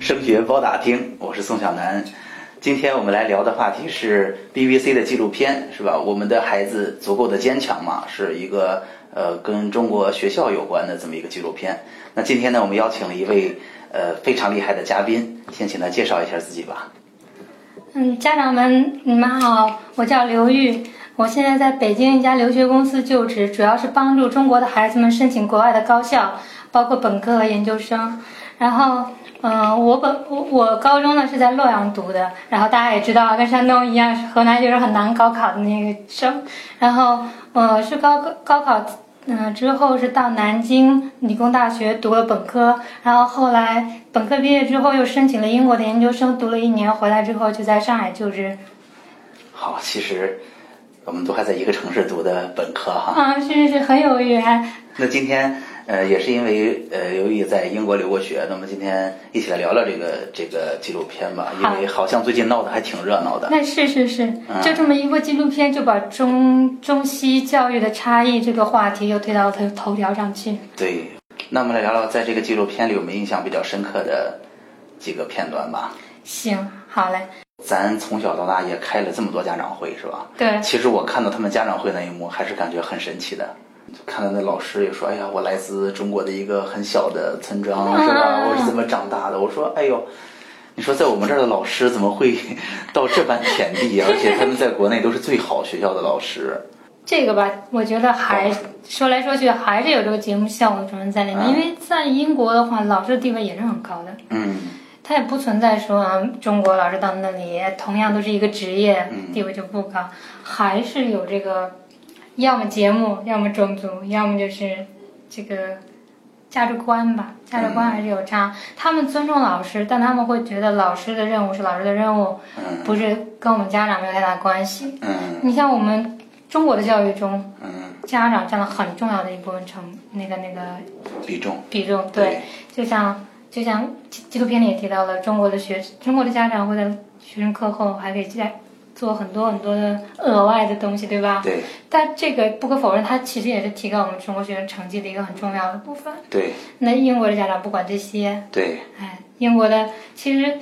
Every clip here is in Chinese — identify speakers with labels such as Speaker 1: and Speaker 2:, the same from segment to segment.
Speaker 1: 升学包打听，我是宋小楠。今天我们来聊的话题是 BBC 的纪录片，是吧？我们的孩子足够的坚强吗？是一个呃跟中国学校有关的这么一个纪录片。那今天呢，我们邀请了一位呃非常厉害的嘉宾，先请他介绍一下自己吧。
Speaker 2: 嗯，家长们，你们好，我叫刘玉，我现在在北京一家留学公司就职，主要是帮助中国的孩子们申请国外的高校，包括本科和研究生。然后，嗯、我本我我高中呢是在洛阳读的，然后大家也知道，跟山东一样，河南就是很难高考的那个省。然后，我是高高考，嗯、之后是到南京理工大学读了本科，然后后来本科毕业之后又申请了英国的研究生，读了一年，回来之后就在上海就职。
Speaker 1: 好，其实我们都还在一个城市读的本科哈。
Speaker 2: 啊，是是是，很有缘。
Speaker 1: 那今天呃也是因为呃由于在英国留过学，那么今天一起来聊聊这个这个纪录片吧，
Speaker 2: 好
Speaker 1: 因为好像最近闹得还挺热闹的。
Speaker 2: 那是是是，就这么一部纪录片，就把中中西教育的差异这个话题又推到头头条上去。
Speaker 1: 对，那我们来聊聊在这个纪录片里我们印象比较深刻的几个片段吧。
Speaker 2: 行，好嘞，
Speaker 1: 咱从小到大也开了这么多家长会，是吧？
Speaker 2: 对，
Speaker 1: 其实我看到他们家长会那一幕，还是感觉很神奇的。看到那老师也说：“哎呀，我来自中国的一个很小的村庄，是吧？我是怎么长大的？”我说：“哎呦，你说在我们这儿的老师怎么会 到这般田地？啊而且他们在国内都是最好学校的老师。
Speaker 2: 这个吧，我觉得还说来说去还是有这个节目效果的成分在里面，
Speaker 1: 嗯
Speaker 2: 因为在英国的话，老师的地位也是很高的，”
Speaker 1: 嗯，
Speaker 2: 他也不存在说啊，中国老师到那里同样都是一个职业，
Speaker 1: 嗯
Speaker 2: 地位就不高，还是有这个，要么节目，要么种族，要么就是这个价值观吧，价值
Speaker 1: 嗯
Speaker 2: 观还是有差。他们尊重老师，但他们会觉得老师的任务是老师的任务，
Speaker 1: 嗯
Speaker 2: 不是跟我们家长没有太大关系。
Speaker 1: 嗯
Speaker 2: 你像我们中国的教育中，
Speaker 1: 嗯，
Speaker 2: 家长占了很重要的一部分成那个那个
Speaker 1: 比重
Speaker 2: 比重，对。就像就像纪纪录片里也提到了，中国的学中国的家长会在学生课后还给家做很多很多的额外的东西，对吧？
Speaker 1: 对
Speaker 2: 但这个不可否认，它其实也是提高我们中国学生成绩的一个很重要的部分。
Speaker 1: 对
Speaker 2: 那英国的家长不管这些，
Speaker 1: 对，
Speaker 2: 哎，英国的其实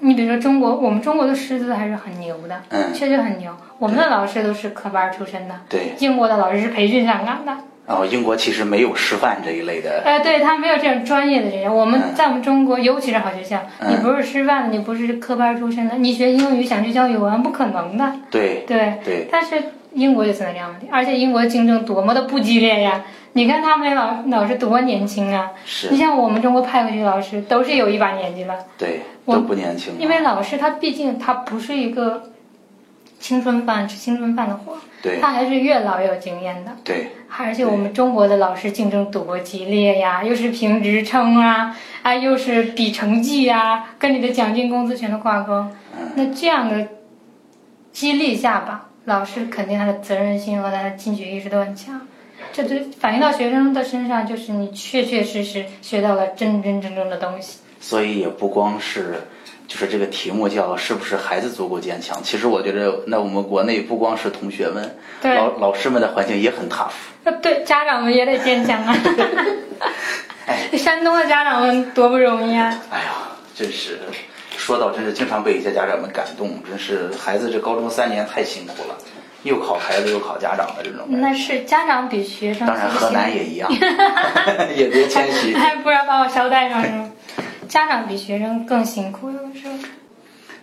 Speaker 2: 你比如说中国，我们中国的师资还是很牛的，
Speaker 1: 嗯
Speaker 2: 确实很牛。我们的老师都是科班出身的，
Speaker 1: 对。
Speaker 2: 英国的老师是培训上岗的，
Speaker 1: 然后英国其实没有师范这一类的，
Speaker 2: 哎，对他没有这种专业的人员。我们
Speaker 1: 嗯
Speaker 2: 在我们中国，尤其是好学校，
Speaker 1: 嗯
Speaker 2: 你不是师范的，你不是科班出身的，你学英语想去教语文，不可能的。
Speaker 1: 对
Speaker 2: 对，
Speaker 1: 对
Speaker 2: 但是英国就存在这样的问题，而且英国竞争多么的不激烈呀！你看他们老老师多年轻啊！
Speaker 1: 是
Speaker 2: 你，像我们中国派过去的老师，都是有一把年纪了，
Speaker 1: 对
Speaker 2: 我
Speaker 1: 都不年轻了，
Speaker 2: 因为老师他毕竟他不是一个青春饭吃青春饭的活，
Speaker 1: 对
Speaker 2: 他还是越老越有经验的。
Speaker 1: 对
Speaker 2: 而且我们中国的老师竞争多激烈呀，又是评职称啊，啊又是比成绩啊，跟你的奖金、工资全都挂钩。
Speaker 1: 嗯
Speaker 2: 那这样的激励下吧，老师肯定他的责任心和他的进取意识都很强。这对反映到学生的身上，就是你确确实实学到了真真正正的东西。
Speaker 1: 所以也不光是，就是这个题目叫是不是孩子足够坚强？其实我觉得，那我们国内不光是同学们，
Speaker 2: 对
Speaker 1: 老老师们的环境也很 tough。
Speaker 2: 那对家长们也得坚 强啊！山东的家长们多不容易啊！
Speaker 1: 哎呀，真是说到真是经常被一些家长们感动，真是孩子这高中三年太辛苦了，又考孩子又考家长的这种感觉。
Speaker 2: 那是家长比学生
Speaker 1: 当然，
Speaker 2: 其实
Speaker 1: 河南也一 样， 也别谦虚。
Speaker 2: 还哎不知道把我捎带上是 吗？家长比学生更辛苦，有的时候。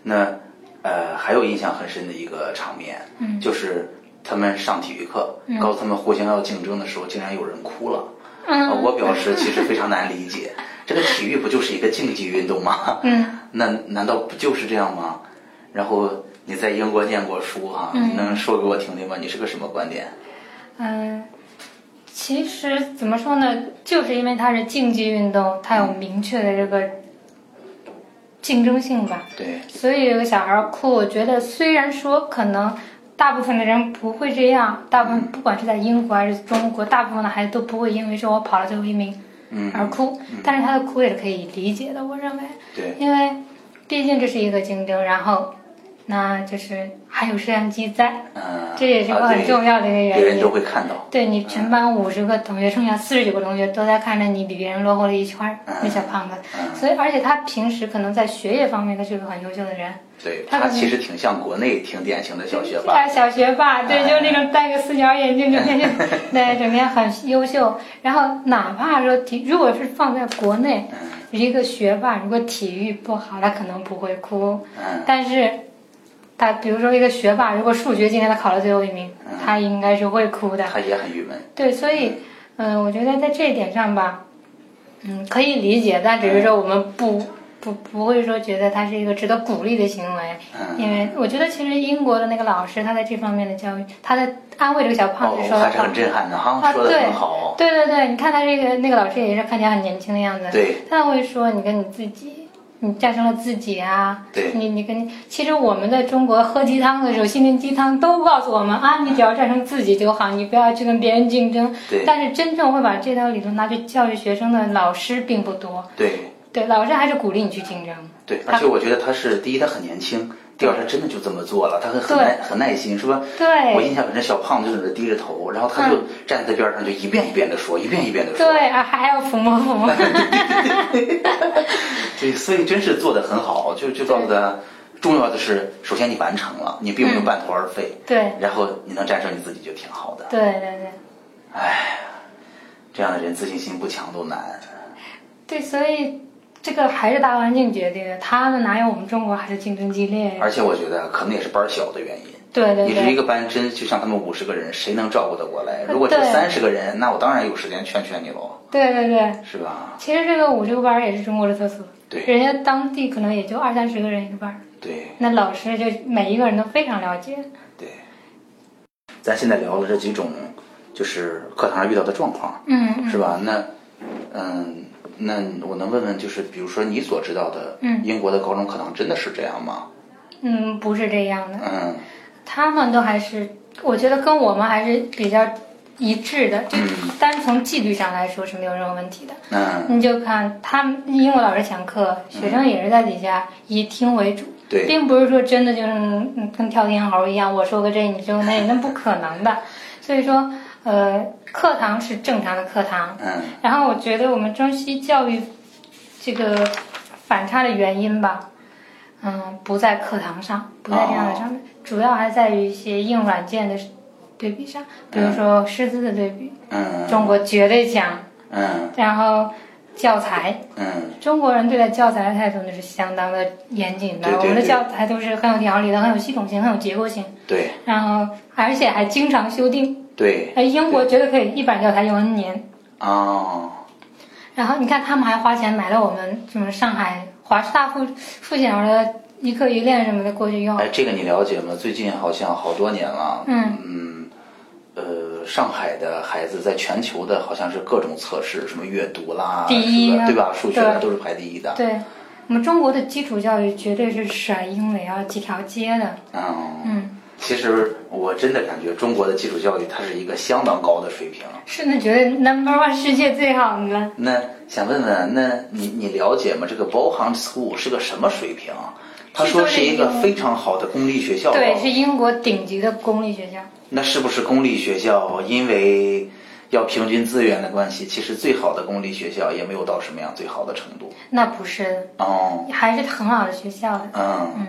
Speaker 1: 那呃，还有印象很深的一个场面，
Speaker 2: 嗯
Speaker 1: 就是他们上体育课，告诉他们互相要竞争的时候，竟然有人哭了。
Speaker 2: 嗯
Speaker 1: 呃我表示其实非常难理解，这个体育不就是一个竞技运动吗？
Speaker 2: 嗯，
Speaker 1: 那难道不就是这样吗？然后你在英国念过书哈、你能说给我听听吗？你是个什么观点？
Speaker 2: 嗯，其实怎么说呢，就是因为它是竞技运动，它有明确的这个竞争性吧，
Speaker 1: 对，
Speaker 2: 所以有个小孩儿哭，我觉得虽然说可能。大部分的人不会这样，大部分不管是在英国还是中国，大部分的孩子都不会因为说我跑了最后一名
Speaker 1: 嗯，
Speaker 2: 而哭，但是他的哭也是可以理解的，我认为。
Speaker 1: 对，
Speaker 2: 因为毕竟这是一个竞争，然后那就是还有摄像机在，
Speaker 1: 嗯，
Speaker 2: 这也是
Speaker 1: 啊
Speaker 2: 我很
Speaker 1: 对
Speaker 2: 重要的一个
Speaker 1: 别
Speaker 2: 原
Speaker 1: 人
Speaker 2: 因。
Speaker 1: 都会嗯看到。
Speaker 2: 对你全班五十个同学，剩下四十九个同学都在看着你，比别人落后了一圈
Speaker 1: 嗯
Speaker 2: 儿。那小胖子，所以而且他平时可能在学业方面他是个很优秀的人，
Speaker 1: 对
Speaker 2: 他
Speaker 1: 他
Speaker 2: 可能
Speaker 1: 其实挺像国内挺典型的小学霸，
Speaker 2: 啊，小学霸，对，
Speaker 1: 哎
Speaker 2: 就是那种戴个四角眼镜，整天就 对，整天很优秀。然后哪怕说体，如果是放在国内，
Speaker 1: 嗯
Speaker 2: 一个学霸如果体育不好，他可能不会哭，
Speaker 1: 嗯
Speaker 2: 但是他比如说一个学霸，如果数学今天他考了最后一名，
Speaker 1: 嗯
Speaker 2: 他应该是会哭的。
Speaker 1: 他也很郁闷。
Speaker 2: 对，所以，嗯、我觉得在这一点上吧，嗯，可以理解，但只是说我们不
Speaker 1: 嗯
Speaker 2: 不不会说觉得它是一个值得鼓励的行为，
Speaker 1: 嗯
Speaker 2: 因为我觉得其实英国的那个老师他在这方面的教育，他在安慰这个小胖
Speaker 1: 哦
Speaker 2: 子说，的
Speaker 1: 还是
Speaker 2: 话。
Speaker 1: 很震撼的哈，
Speaker 2: 啊，
Speaker 1: 说的
Speaker 2: 对
Speaker 1: 很好。，
Speaker 2: 对对对，你看他这个那个老师也是看起来很年轻的样子，
Speaker 1: 对，
Speaker 2: 他会说你跟你自己，你战胜了自己啊，
Speaker 1: 对
Speaker 2: 你你跟其实我们在中国喝鸡汤的时候，心灵鸡汤都告诉我们啊，你只要战胜自己就好，你不要去跟别人竞争，
Speaker 1: 对
Speaker 2: 但是真正会把这套理论拿去教育学生的老师并不多，
Speaker 1: 对
Speaker 2: 对，老师还是鼓励你去竞争，
Speaker 1: 对，
Speaker 2: 他
Speaker 1: 而且我觉得他是第一，他很年轻；第二，他真的就这么做了，他很很
Speaker 2: 对
Speaker 1: 耐很耐心，是吧？
Speaker 2: 对嗯
Speaker 1: 我印象很深，小胖子就在那低着头，然后他就站在边上，就一遍一遍的说，一遍一遍的说。
Speaker 2: 对啊，还要抚摸 抚摸。
Speaker 1: 对，所以真是做的很好，就就告诉他，重要的是，首先你完成了，你并没有半途而废，
Speaker 2: 嗯对
Speaker 1: 然后你能战胜你自己就挺好的。
Speaker 2: 对对对
Speaker 1: 这样的人自信心不强都难。
Speaker 2: 对，所以这个还是大环境决定的，他们哪有我们中国孩子竞争激烈呀？
Speaker 1: 而且我觉得可能也是班儿小的原因。
Speaker 2: 对对
Speaker 1: 你是一
Speaker 2: 对，
Speaker 1: 个班，真就像他们五十个人，谁能照顾得过来？如果就
Speaker 2: 对
Speaker 1: 三十个人，那我当然有时间劝劝你喽，
Speaker 2: 对对对。
Speaker 1: 是吧？
Speaker 2: 其实这个五十个班儿也是中国的特色，
Speaker 1: 对
Speaker 2: 人家当地可能也就二三十个人一个班儿，
Speaker 1: 对
Speaker 2: 那老师就每一个人都非常了解。
Speaker 1: 对。咱现在聊了这几种，就是课堂上遇到的状况，
Speaker 2: 嗯嗯
Speaker 1: 是吧？那，嗯，那我能问问，就是比如说你所知道的，
Speaker 2: 嗯
Speaker 1: 英国的高中课堂真的是这样吗？
Speaker 2: 嗯，不是这样的，
Speaker 1: 嗯
Speaker 2: 他们都还是，我觉得跟我们还是比较一致的，就单从纪律上来说是没有任何问题的。
Speaker 1: 嗯，
Speaker 2: 你就看他们英国老师讲课，学生也是在底下以听为主，
Speaker 1: 对
Speaker 2: 并不是说真的就是嗯跟跳天猴一样，我说个这你说个那，那不可 能的。所以说，呃，课堂是正常的课堂，
Speaker 1: 嗯，
Speaker 2: 然后我觉得我们中西教育这个反差的原因吧，嗯，不在课堂上，不在这样的上
Speaker 1: 哦
Speaker 2: 面，主要还在于一些硬软件的对比上，比如说师资的对比，
Speaker 1: 嗯
Speaker 2: 中国绝对强，
Speaker 1: 嗯
Speaker 2: 然后教材。
Speaker 1: 嗯，
Speaker 2: 中国人对待教材的态度那是相当的严谨的，
Speaker 1: 对对
Speaker 2: 我们的
Speaker 1: 对
Speaker 2: 教材都是很有条理的，很有系统性，很有结构性，
Speaker 1: 对
Speaker 2: 然后而且还经常修订。
Speaker 1: 对
Speaker 2: 哎，英国绝对可以一版教材用 N 年。
Speaker 1: 哦，
Speaker 2: 然后你看他们还花钱买了我们什么上海华师大附附小的一课一练什么的过去用。
Speaker 1: 哎，这个你了解吗？最近好像好多年了，嗯呃，上海的孩子在全球的好像是各种测试，什么阅读啦，
Speaker 2: 第一
Speaker 1: 什么
Speaker 2: 啊
Speaker 1: 对吧？数学啦
Speaker 2: 对
Speaker 1: 都是排第一的，
Speaker 2: 对，我们中国的基础教育绝对是甩英美要几条街的。
Speaker 1: 嗯。
Speaker 2: 嗯，
Speaker 1: 其实我真的感觉中国的基础教育它是一个相当高的水平。
Speaker 2: 是那绝对 number one 世界最好的了。
Speaker 1: 那想问问，那你你了解吗？这个 Bohan School 是个什么水平？他
Speaker 2: 是
Speaker 1: 说
Speaker 2: 就是
Speaker 1: 是一个
Speaker 2: 一个
Speaker 1: 非常好的公立学校，
Speaker 2: 对，是英国顶级的公立学校。
Speaker 1: 那是不是公立学校因为要平均资源的关系，其实最好的公立学校也没有到什么样最好的程度？
Speaker 2: 那不是的。
Speaker 1: 哦，
Speaker 2: 还是很好的学校的。
Speaker 1: 嗯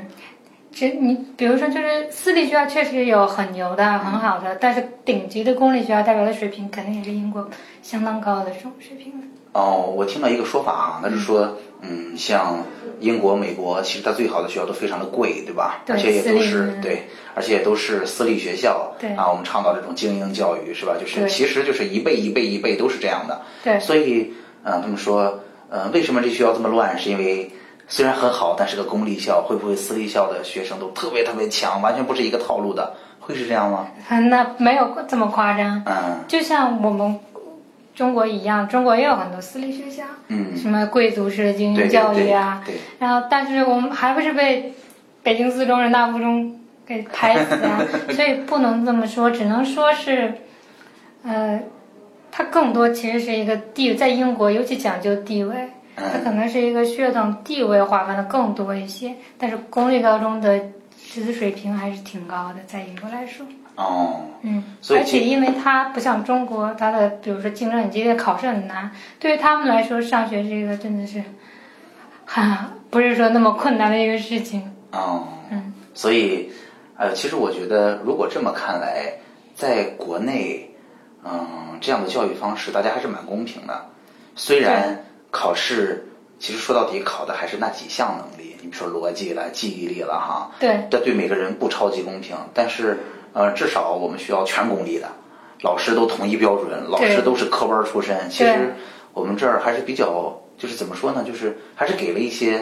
Speaker 2: 这你比如说，就是私立学校确实有很牛的、很好的，但是顶级的公立学校代表的水平肯定也是英国相当高的这种水平的。
Speaker 1: 哦，我听到一个说法哈，那是说，嗯，像英国、美国，其实它最好的学校都非常的贵，对吧？
Speaker 2: 对
Speaker 1: 而且也
Speaker 2: 私
Speaker 1: 都
Speaker 2: 立
Speaker 1: 是
Speaker 2: 嗯
Speaker 1: 对，而且也都是私立学校。
Speaker 2: 对
Speaker 1: 啊，我们倡导这种精英教育是吧？就是
Speaker 2: 对
Speaker 1: 其实就是一倍一倍一倍都是这样的。
Speaker 2: 对
Speaker 1: 所以，呃，他们说，呃，为什么这学校这么乱？是因为虽然很好，但是个公立校会不会私立校的学生都特别特别强，完全不是一个套路的？会是这样吗？
Speaker 2: 那没有这么夸张，
Speaker 1: 嗯
Speaker 2: 就像我们中国一样，中国也有很多私立学校，
Speaker 1: 嗯，
Speaker 2: 什么贵族式的精
Speaker 1: 对
Speaker 2: 英教育啊，
Speaker 1: 对对
Speaker 2: 然后但是我们还不是被北京四中、人大附中给排死啊，所以不能这么说，只能说是，呃，它更多其实是一个地在英国尤其讲究地位，它可能是一个血统地位划分的更多一些，但是公立高中的识字水平还是挺高的，在英国来说，
Speaker 1: 哦，
Speaker 2: 嗯，
Speaker 1: 所以
Speaker 2: 而且因为它不像中国，它的比如说竞争很激烈，考试很难，对于他们来说，上学这个真的是，哈，不是说那么困难的一个事情。
Speaker 1: 哦，
Speaker 2: 嗯，
Speaker 1: 所以，呃，其实我觉得，如果这么看来，在国内，嗯，这样的教育方式，大家还是蛮公平的。虽然考试，其实说到底考的还是那几项能力，你比如说逻辑了、记忆力了，哈，
Speaker 2: 对，
Speaker 1: 这对每个人不超级公平。但是，呃，至少我们需要全功利的，老师都统一标准，老师
Speaker 2: 对
Speaker 1: 都是科班出身。其
Speaker 2: 对
Speaker 1: 实我们这儿还是比较，就是怎么说呢，就是还是给了一些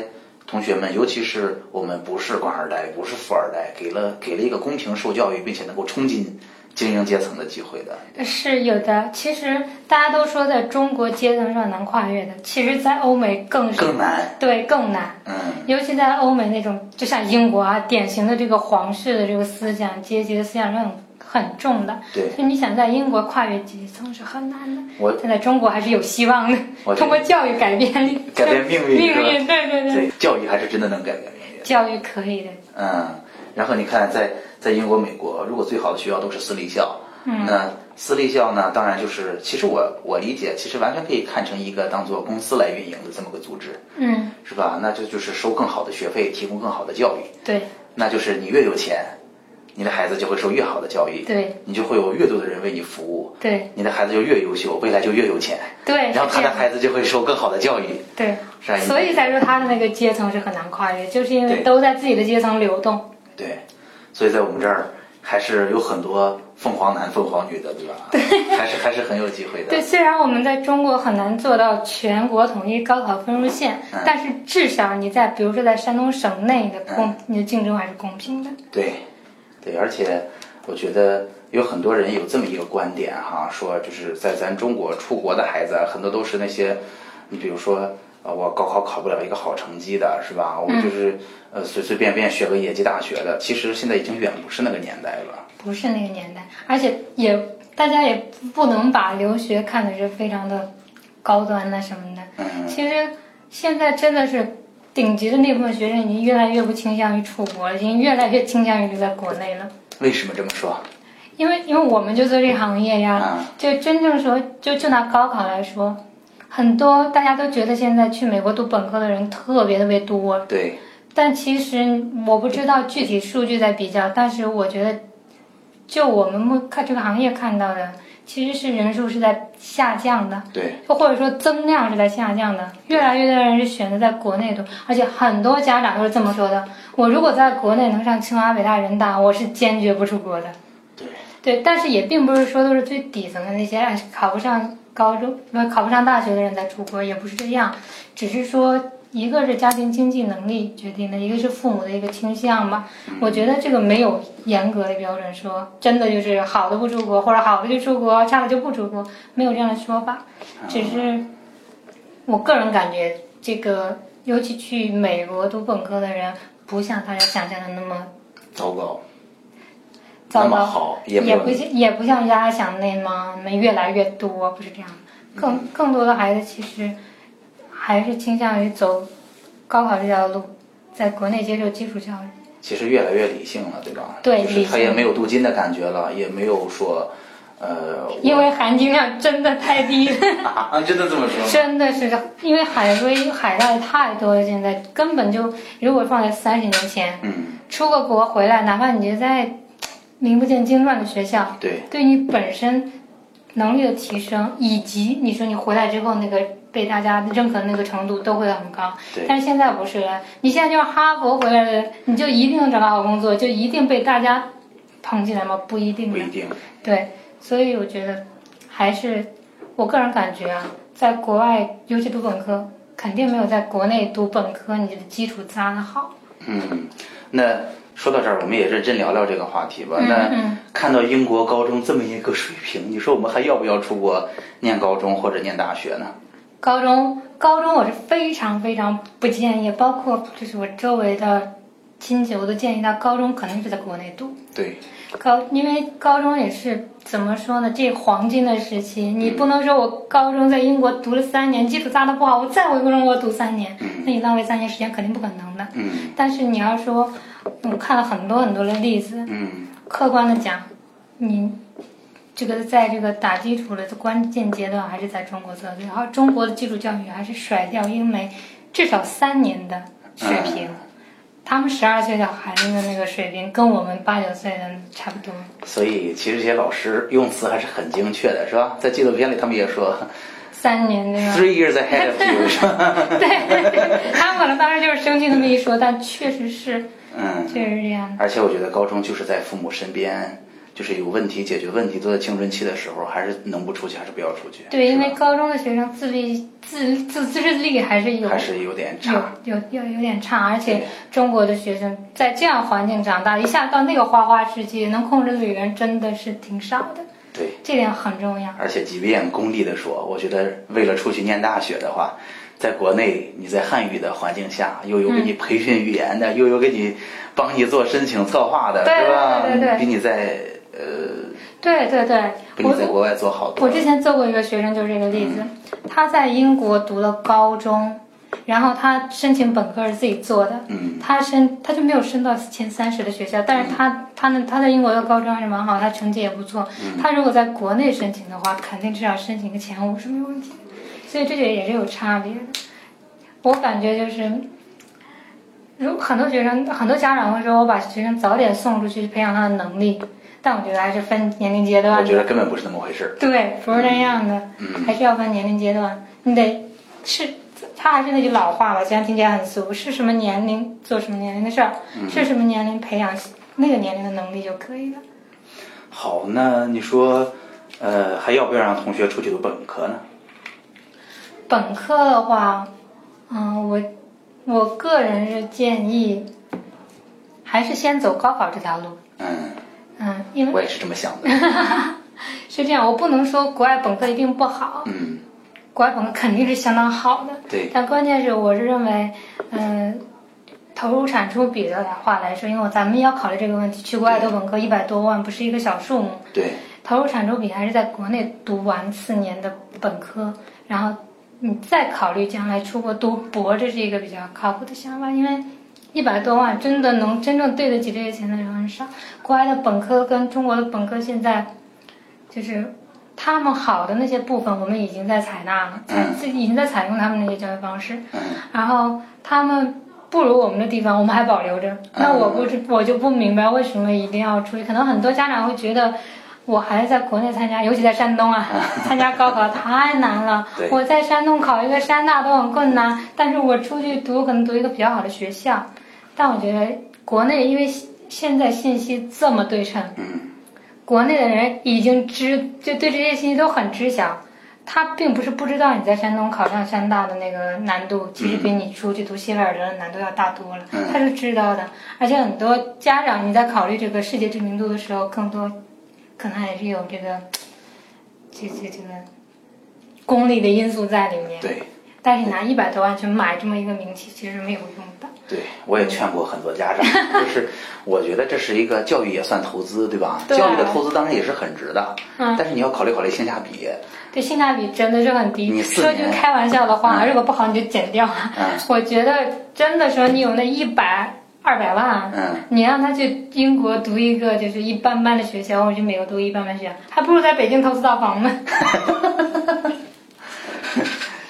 Speaker 1: 同学们，尤其是我们不是官二代，不是富二代，给了给了一个公平受教育，并且能够冲进精英阶层的机会的。
Speaker 2: 是有的。其实大家都说在中国阶层上能跨越的，其实，在欧美更是
Speaker 1: 更难，
Speaker 2: 对更难。
Speaker 1: 嗯，
Speaker 2: 尤其在欧美那种，就像英国啊，典型的这个皇室的这个思想、阶级的思想是很很重的。
Speaker 1: 对
Speaker 2: 所以你想在英国跨越阶层是很难的，
Speaker 1: 我
Speaker 2: 但在中国还是有希望的
Speaker 1: 我，
Speaker 2: 通过教育改变
Speaker 1: 改变命运
Speaker 2: 命
Speaker 1: 是吧
Speaker 2: 运，对对对，
Speaker 1: 对，教育还是真的能改变命运。
Speaker 2: 教育可以的，
Speaker 1: 嗯，然后你看在，在英国、美国，如果最好的学校都是私立校，嗯，那私立校呢，当然就是，其实我我理解，其实完全可以看成一个当做公司来运营的这么个组织，
Speaker 2: 嗯，
Speaker 1: 是吧？那这就是收更好的学费，提供更好的教育，
Speaker 2: 对
Speaker 1: 那就是你越有钱，你的孩子就会受越好的教育，
Speaker 2: 对
Speaker 1: 你就会有越多的人为你服务，
Speaker 2: 对
Speaker 1: 你的孩子就越优秀，未来就越有钱，
Speaker 2: 对，
Speaker 1: 然后他的
Speaker 2: 还
Speaker 1: 孩子就会受更好的教育，
Speaker 2: 对，
Speaker 1: 是吧？
Speaker 2: 所以才说他的那个阶层是很难跨越，就是因为
Speaker 1: 对
Speaker 2: 都在自己的阶层流动，
Speaker 1: 对，所以在我们这儿还是有很多凤凰男、凤凰女的，对吧？对，还是还是很有机会的。
Speaker 2: 对，虽然我们在中国很难做到全国统一高考分数线，
Speaker 1: 嗯
Speaker 2: 但是至少你在比如说在山东省内的公，
Speaker 1: 嗯
Speaker 2: 你的竞争还是公平的。
Speaker 1: 对，对，而且我觉得有很多人有这么一个观点哈，说就是在咱中国出国的孩子啊，很多都是那些，你比如说。呃我高考考不了一个好成绩的，是吧？我就是
Speaker 2: 嗯
Speaker 1: 呃随随便便学个野鸡大学的，其实现在已经远不是那个年代了。
Speaker 2: 不是那个年代，而且也大家也不能把留学看的是非常的高端呐什么的。
Speaker 1: 嗯，
Speaker 2: 其实现在真的是顶级的那部分学生已经越来越不倾向于出国了，已经越来越倾向于留在国内了。
Speaker 1: 为什么这么说？
Speaker 2: 因为因为我们就做这行业呀，
Speaker 1: 嗯
Speaker 2: 就真正说，就就拿高考来说，很多大家都觉得现在去美国读本科的人特别特别多，
Speaker 1: 对，
Speaker 2: 但其实我不知道具体数据在比较，但是我觉得，就我们目看这个行业看到的，其实是人数是在下降的。
Speaker 1: 对，
Speaker 2: 就或者说增量是在下降的，越来越多的人是选择在国内读，而且很多家长都是这么说的：我如果在国内能上清华、北大、人大，我是坚决不出国的。
Speaker 1: 对，
Speaker 2: 对，但是也并不是说都是最底层的那些哎考不上高中、不考不上大学的人才出国，也不是这样，只是说一个是家庭经济能力决定的，一个是父母的一个倾向吧。我觉得这个没有严格的标准说，真的就是好的不出国，或者好的就出国，差的就不出国，没有这样的说法。只是我个人感觉，这个尤其去美国读本科的人，不像大家想象的那么
Speaker 1: 糟糕，
Speaker 2: 糟
Speaker 1: 那么
Speaker 2: 糕。
Speaker 1: 好也
Speaker 2: 也
Speaker 1: 没有
Speaker 2: 不像也不像大家想的那么越来越多，不是这样的。更更多的孩子其实还是倾向于走高考这条路，在国内接受基础教育。
Speaker 1: 其实越来越理性了，对吧？
Speaker 2: 对
Speaker 1: 就是他
Speaker 2: 理性
Speaker 1: 也没有镀金的感觉了，也没有说， 呃，我
Speaker 2: 因为含金量真的太低了，
Speaker 1: 啊，真的这么说吗？
Speaker 2: 真的是因为海归海外太多了，现在根本就如果放在三十年前，
Speaker 1: 嗯，
Speaker 2: 出个国回来，哪怕你就在名不见经传的学校，
Speaker 1: 对，
Speaker 2: 对你本身能力的提升，以及你说你回来之后那个被大家认可的那个程度都会很高。
Speaker 1: 对
Speaker 2: 但是现在不是了，你现在就是哈佛回来的人，你就一定能找到好工作，就一定被大家捧起来吗？不一定
Speaker 1: 不
Speaker 2: 的
Speaker 1: 一。定。
Speaker 2: 对，所以我觉得还是我个人感觉啊，在国外，尤其读本科，肯定没有在国内读本科你的基础扎得好。
Speaker 1: 嗯，那说到这儿，我们也认真聊聊这个话题吧。
Speaker 2: 嗯
Speaker 1: 那
Speaker 2: 嗯
Speaker 1: 看到英国高中这么一个水平，你说我们还要不要出国念高中或者念大学呢？
Speaker 2: 高中，高中我是非常非常不建议，包括就是我周围的亲戚，我都建议他高中肯定是在国内读。
Speaker 1: 对，
Speaker 2: 高，因为高中也是怎么说呢？这黄金的时期，你不能说我高中在英国读了三年，基础扎得不好，我再回中国读三年，那你浪费三年时间肯定不可能的。
Speaker 1: 嗯
Speaker 2: 但是你要说，我看了很多很多的例子，
Speaker 1: 嗯
Speaker 2: 客观的讲，你这个在这个打基础的关键阶段还是在中国做最好。中国的基础教育还是甩掉英美至少三年的水平，他们十二岁小孩子的那个水平跟我们八九岁的差不多。
Speaker 1: 所以其实这些老师用词还是很精确的，是吧？在纪录片里他们也说
Speaker 2: 三年 这个，
Speaker 1: three years ahead of you，是 吧？
Speaker 2: 对，他们可能当时就是生气那么一说，但确实是，
Speaker 1: 嗯，
Speaker 2: 确实是这样的。
Speaker 1: 而且我觉得高中就是在父母身边，就是有问题解决问题，都在青春期的时候，还是能不出去还是不要出去。
Speaker 2: 对，因
Speaker 1: 是吧
Speaker 2: 为高中的学生自立自自自制力还是有
Speaker 1: 还是有点
Speaker 2: 有
Speaker 1: 差。
Speaker 2: 有有有点差，而且
Speaker 1: 对
Speaker 2: 中国的学生在这样环境长大，一下到那个花花世界，能控制的人真的是挺少的，
Speaker 1: 对，
Speaker 2: 这点很重要。
Speaker 1: 而且即便功利的说，我觉得为了出去念大学的话，在国内你在汉语的环境下，又有给
Speaker 2: 嗯
Speaker 1: 你培训语言的，又有给你帮你做申请策划的，
Speaker 2: 对
Speaker 1: 是吧？
Speaker 2: 对对对
Speaker 1: 比你在呃，
Speaker 2: 对对对，
Speaker 1: 比你在
Speaker 2: 我
Speaker 1: 国外做好多嗯
Speaker 2: 我
Speaker 1: 了。
Speaker 2: 之前做过一个学生，就是这个例子，他在英国读了高中，然后他申请本科是自己做的，
Speaker 1: 嗯
Speaker 2: 他申他就没有申到前三十的学校，但是他他呢他在英国的高中还是蛮好，他成绩也不错。
Speaker 1: 嗯
Speaker 2: 他如果在国内申请的话，肯定至少申请个前五是没问题的，所以这点也是有差别的。我感觉就是，如很多学生很多家长会说，我把学生早点送出去培养他的能力，但我觉得还是分年龄阶段
Speaker 1: 我
Speaker 2: 的
Speaker 1: 觉。得根本不是那么回事儿。
Speaker 2: 对，不是那样的，
Speaker 1: 嗯
Speaker 2: 还是要分年龄阶段。你得是，他还是那句老话吧，虽然听起来很俗，是什么年龄做什么年龄的事儿，
Speaker 1: 嗯
Speaker 2: 是什么年龄培养那个年龄的能力就可以了。
Speaker 1: 好，那你说，呃，还要不要让同学出去读本科呢？
Speaker 2: 本科的话，嗯，我我个人是建议，还是先走高考这条路。
Speaker 1: 嗯，
Speaker 2: 嗯，因为
Speaker 1: 我也是这么想 的。
Speaker 2: 是这样，我不能说国外本科一定不好，
Speaker 1: 嗯，
Speaker 2: 国外本科肯定是相当好的。
Speaker 1: 对，
Speaker 2: 但关键是，我是认为，嗯、投入产出比的话来说，因为咱们要考虑这个问题，去国外读本科一百多万不是一个小数目，
Speaker 1: 对，
Speaker 2: 投入产出比还是在国内读完四年的本科，然后你再考虑将来出国读博，这是一个比较靠谱的想法，因为。一百多万真的能真正对得起这些钱的人很少。国外的本科跟中国的本科现在，就是他们好的那些部分，我们已经在采纳了，采
Speaker 1: 嗯
Speaker 2: 自己已经在采用他们那些教育方式。
Speaker 1: 嗯，
Speaker 2: 然后他们不如我们的地方，我们还保留着。那我不知我就不明白为什么一定要出去。可能很多家长会觉得，我孩子在国内参加，尤其在山东啊，参加高考太难了
Speaker 1: 对。
Speaker 2: 我在山东考一个山大都很困难，但是我出去读可能读一个比较好的学校。但我觉得国内因为现在信息这么对称，
Speaker 1: 嗯，
Speaker 2: 国内的人已经知就对这些信息都很知晓，他并不是不知道你在山东考上山大的那个难度，其实比你出去读西北尔德的难度要大多了，
Speaker 1: 嗯
Speaker 2: 他是知道的。而且很多家长你在考虑这个世界知名度的时候，更多可能还是有这个这这这个功利的因素在里面。
Speaker 1: 对。
Speaker 2: 但是你拿一百多万去买这么一个名气，其实没有用的。
Speaker 1: 对，我也劝过很多 家长，就是我觉得这是一个教育也算投资，对吧？
Speaker 2: 对啊
Speaker 1: 教育的投资当然也是很值的，
Speaker 2: 嗯
Speaker 1: 但是你要考虑考虑性价比。
Speaker 2: 对，性价比真的是很低。
Speaker 1: 你四
Speaker 2: 说句
Speaker 1: 年啊
Speaker 2: 开玩笑的话，如果不好你就剪掉。
Speaker 1: 嗯
Speaker 2: 我觉得真的说你有那一百二百万，
Speaker 1: 嗯
Speaker 2: 你让他去英国读一个就是一般般的学校，或者去美国读一般般学校，还不如在北京投资大 房呢。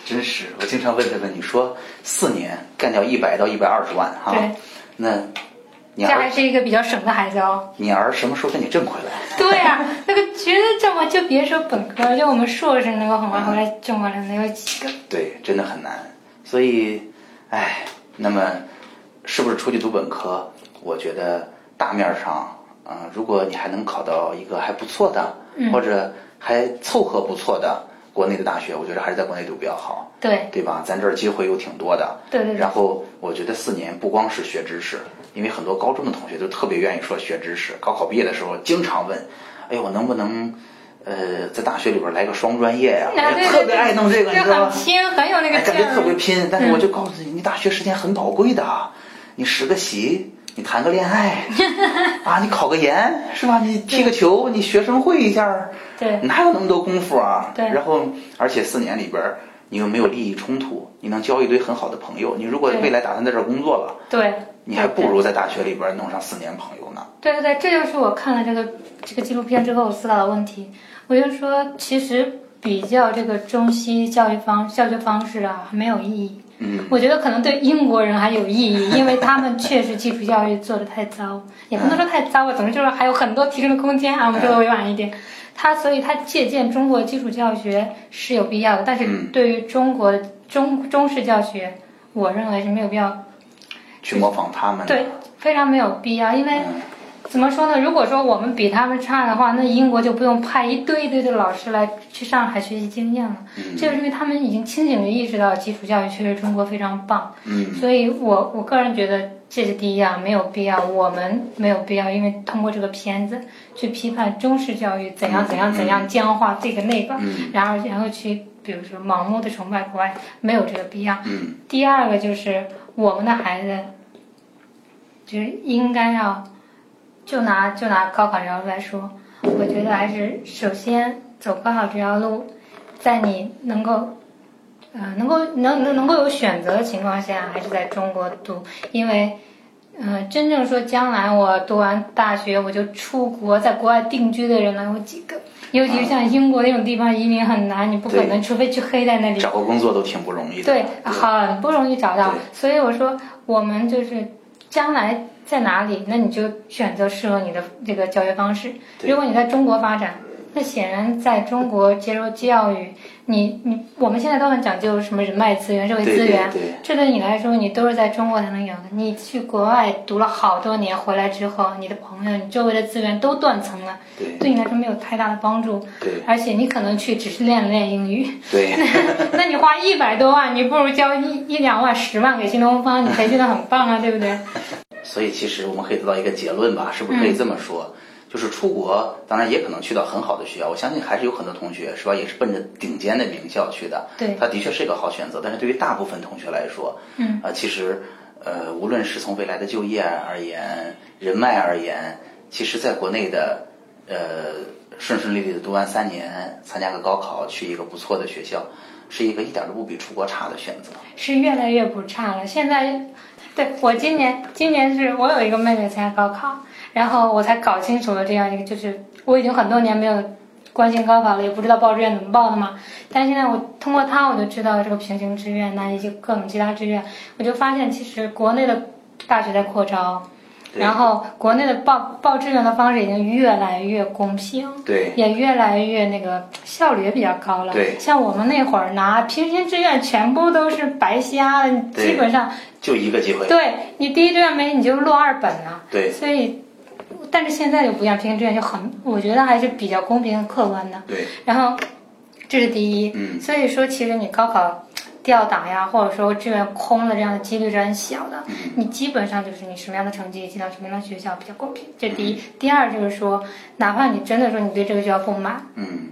Speaker 1: 真是，我经常问他们，你说四年干掉一百到一百二十万哈，
Speaker 2: 对
Speaker 1: 那你
Speaker 2: 这还
Speaker 1: 儿
Speaker 2: 是一个比较省的孩子哦。
Speaker 1: 你儿什么时候给你挣回来？
Speaker 2: 对呀、那个觉得这么就别说本科，就我们硕士能够很快回来挣过来能有几个？
Speaker 1: 对，真的很难。所以，哎，那么是不是出去读本科？我觉得大面上，嗯、如果你还能考到一个还不错的，
Speaker 2: 嗯
Speaker 1: 或者还凑合不错的国内的大学，我觉得还是在国内读比较好，
Speaker 2: 对
Speaker 1: 对吧？咱这儿机会又挺多的。
Speaker 2: 对对对
Speaker 1: 然后我觉得四年不光是学知识，因为很多高中的同学都特别愿意说学知识。高考毕业的时候，经常问：“哎呦，我能不能，呃，在大学里边来个双专业呀、
Speaker 2: 那
Speaker 1: 哎
Speaker 2: 对
Speaker 1: 特别爱弄这个，你
Speaker 2: 就
Speaker 1: 知道
Speaker 2: 很
Speaker 1: 吗？
Speaker 2: 拼，很有那个嗯
Speaker 1: 哎，
Speaker 2: 劲
Speaker 1: 感觉特别
Speaker 2: 儿。
Speaker 1: 啊拼，但是我就告诉你，你大学时间很宝贵的，你十个席，你谈个恋 爱啊，你考个研是吧？你踢个球，你学生会一下儿，
Speaker 2: 对
Speaker 1: 哪有那么多功夫啊？
Speaker 2: 对
Speaker 1: 然后，而且四年里边儿，你又没有利益冲突，你能交一堆很好的朋友。你如果
Speaker 2: 对
Speaker 1: 未来打算在这儿工作了，
Speaker 2: 对，
Speaker 1: 你还
Speaker 2: 对
Speaker 1: 不
Speaker 2: 对
Speaker 1: 如在大学里边儿弄上四年朋友呢。
Speaker 2: 对对对，这就是我看了这个这个纪录片之后我思考的问题。我就说，其实比较这个中西教育方教学方式啊，没有意义。
Speaker 1: 嗯，
Speaker 2: 我觉得可能对英国人还有意义，因为他们确实基础教育做的太糟，也不能说太糟吧，总之就是还有很多提升的空间啊。我们说的委婉一点，他所以他借鉴中国基础教学是有必要的，但是
Speaker 1: 嗯
Speaker 2: 对于中国的中中式教学，我认为是没有必要，
Speaker 1: 去模仿他们。
Speaker 2: 对，非常没有必要，因为。
Speaker 1: 嗯，
Speaker 2: 怎么说呢？如果说我们比他们差的话，那英国就不用派一堆一堆的老师来去上海学习经验了。这就是因为他们已经清醒地意识到基础教育确实中国非常棒。
Speaker 1: 嗯，
Speaker 2: 所以我我个人觉得这是第一啊，没有必要，我们没有必要，因为通过这个片子去批判中式教育怎样怎样怎样僵化这个那个，然后然后去比如说盲目的崇拜国外，没有这个必要。
Speaker 1: 嗯，
Speaker 2: 第二个就是我们的孩子，就是应该要，就拿就拿高考这条路来说，我觉得还是首先走高考这条路，在你能够，呃，能够能能能够有选择的情况下，还是在中国读，因为。呃，真正说将来我读完大学我就出国，在国外定居的人能有几个？尤其是像英国那种地方，移民很难，你不可
Speaker 1: 对
Speaker 2: 能，除非去黑在那里。
Speaker 1: 找个工作都挺不容易的。
Speaker 2: 对，啊很不容易找到
Speaker 1: 对。
Speaker 2: 所以我说，我们就是将来在哪里，那你就选择适合你的这个教学方式。
Speaker 1: 对
Speaker 2: 如果你在中国发展，那显然在中国接受教育，你你我们现在都很讲究什么人脉资源、社会
Speaker 1: 对
Speaker 2: 资源，
Speaker 1: 对对
Speaker 2: 这对你来说，你都是在中国才能有的。你去国外读了好多年，回来之后，你的朋友、你周围的资源都断层了，
Speaker 1: 对
Speaker 2: 对你来说没有太大的帮助。
Speaker 1: 对
Speaker 2: 而且你可能去只是练了练英语。
Speaker 1: 对
Speaker 2: 那你花一百多万，你不如交一一两万、十万给新东方，你培训的很棒啊，对不对？
Speaker 1: 所以其实我们可以得到一个结论吧，是不是
Speaker 2: 嗯
Speaker 1: 可以这么说？就是出国，当然也可能去到很好的学校，我相信还是有很多同学是吧，也是奔着顶尖的名校去的。
Speaker 2: 对
Speaker 1: 它的确是一个好选择，但是对于大部分同学来说，
Speaker 2: 嗯，
Speaker 1: 啊、其实呃，无论是从未来的就业而言，人脉而言，其实在国内的呃顺顺利利的读完三年，参加个高考，去一个不错的学校，是一个一点儿都不比出国差的选择。
Speaker 2: 是越来越不差了。现在，对我今年，今年是我有一个妹妹参加高考，然后我才搞清楚了这样一个，就是我已经很多年没有关心高考了，也不知道报志愿怎么报的嘛。但现在我通过她，我就知道这个平行志愿呐，以及各种其他志愿，我就发现其实国内的大学在扩招，
Speaker 1: 对
Speaker 2: 然后国内的报报志愿的方式已经越来越公平。
Speaker 1: 对，
Speaker 2: 也越来越那个效率也比较高了。
Speaker 1: 对
Speaker 2: 像我们那会儿拿平行志愿全部都是白瞎的，
Speaker 1: 对
Speaker 2: 基本上
Speaker 1: 就一个机会。
Speaker 2: 对你第一志愿没你就落二本了。
Speaker 1: 对
Speaker 2: 所以，但是现在就不一样，平行志愿就很，我觉得还是比较公平和客观的。
Speaker 1: 对
Speaker 2: 然后，这是第一。
Speaker 1: 嗯
Speaker 2: 所以说，其实你高考调档呀，或者说志愿空了这样的几率是很小的。
Speaker 1: 嗯
Speaker 2: 你基本上就是你什么样的成绩进到什么样的学校比较公平，这第一。第二就是说，哪怕你真的说你对这个学校不满，
Speaker 1: 嗯，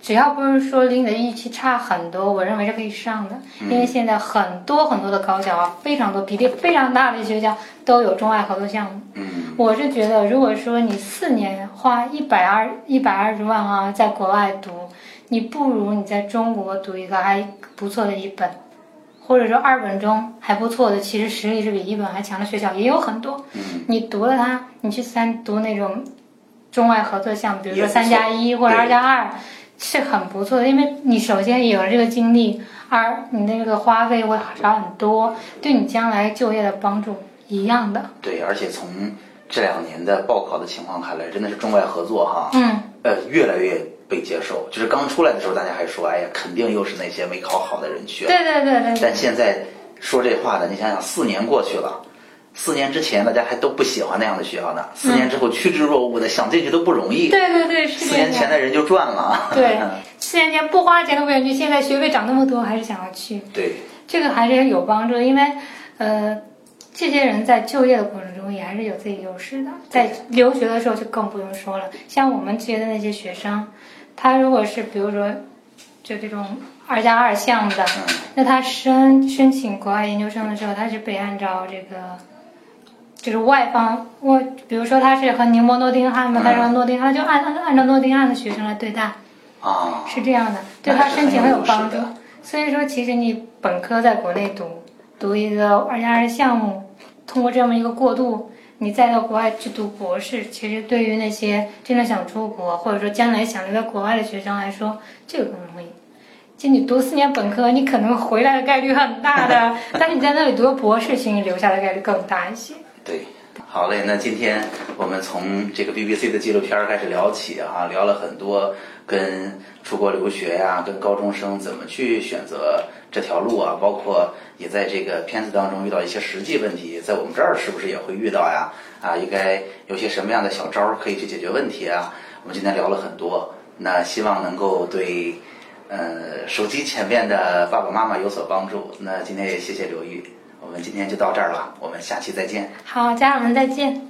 Speaker 2: 只要不是说离你的预期差很多，我认为是可以上的。因为现在很多很多的高校啊，非常多比例非常大的学校都有中外合作项目。
Speaker 1: 嗯，
Speaker 2: 我是觉得，如果说你四年花一百二一百二十万啊，在国外读，你不如你在中国读一个还不错的一本，或者说二本中还不错的，其实实力是比一本还强的学校也有很多。
Speaker 1: 嗯，
Speaker 2: 你读了它，你去三读那种中外合作项目，比如
Speaker 1: 也
Speaker 2: 说
Speaker 1: 不错
Speaker 2: 三加一或者二加二，是很不错的，因为你首先有了这个经历，二你那个花费会少很多，对你将来就业的帮助一样的。
Speaker 1: 对，而且从这两年的报考的情况看来，真的是中外合作哈，
Speaker 2: 嗯，
Speaker 1: 呃，越来越被接受。就是刚出来的时候，大家还说，哎呀，肯定又是那些没考好的人去
Speaker 2: 对
Speaker 1: 了。
Speaker 2: 对对对对。
Speaker 1: 但现在说这话的，你想想，四年过去了。四年之前，大家还都不喜欢那样的学校呢。四年之后，趋之若鹜的，想进去都不容易。
Speaker 2: 对对对，是
Speaker 1: 四
Speaker 2: 这样
Speaker 1: 年前的人就赚了。
Speaker 2: 对，四年前不花钱都不想去，现在学费涨那么多，还是想要去，
Speaker 1: 对，
Speaker 2: 这个还是有帮助，因为，呃，这些人在就业的过程中也还是有自己优势的，在留学的时候就更不用说了，像我们接的那些学生，他如果是比如说，就这种二加二项目的，
Speaker 1: 嗯
Speaker 2: 那他申申请国外研究生的时候，他是被按照这个。就是外方，我比如说他是和宁波诺丁汉嘛，他是和诺丁汉，他就按按按照诺丁汉的学生来对待，
Speaker 1: 啊，
Speaker 2: 是这样的，对
Speaker 1: 那
Speaker 2: 他
Speaker 1: 还是
Speaker 2: 申请
Speaker 1: 很
Speaker 2: 很
Speaker 1: 有
Speaker 2: 有
Speaker 1: 优势
Speaker 2: 帮助
Speaker 1: 的。
Speaker 2: 所以说，其实你本科在国内读，读一个二加二项目，通过这么一个过渡，你再到国外去读博士，其实对于那些真的想出国，或者说将来想留在国外的学生来说，这个更容易。就你读四年本科，你可能回来的概率很大 的，但是你在那里读个博士，其实你留下的概率更大一些。
Speaker 1: 对，好嘞，那今天我们从这个 BBC 的纪录片儿开始聊起啊，聊了很多跟出国留学呀、跟高中生怎么去选择这条路啊，包括也在这个片子当中遇到一些实际问题，在我们这儿是不是也会遇到呀？啊，应该有些什么样的小招儿可以去解决问题啊？我们今天聊了很多，那希望能够对。呃，手机前面的爸爸妈妈有所帮助。那今天也谢谢刘玉，我们今天就到这儿了，我们下期再见。
Speaker 2: 好，家长们再见。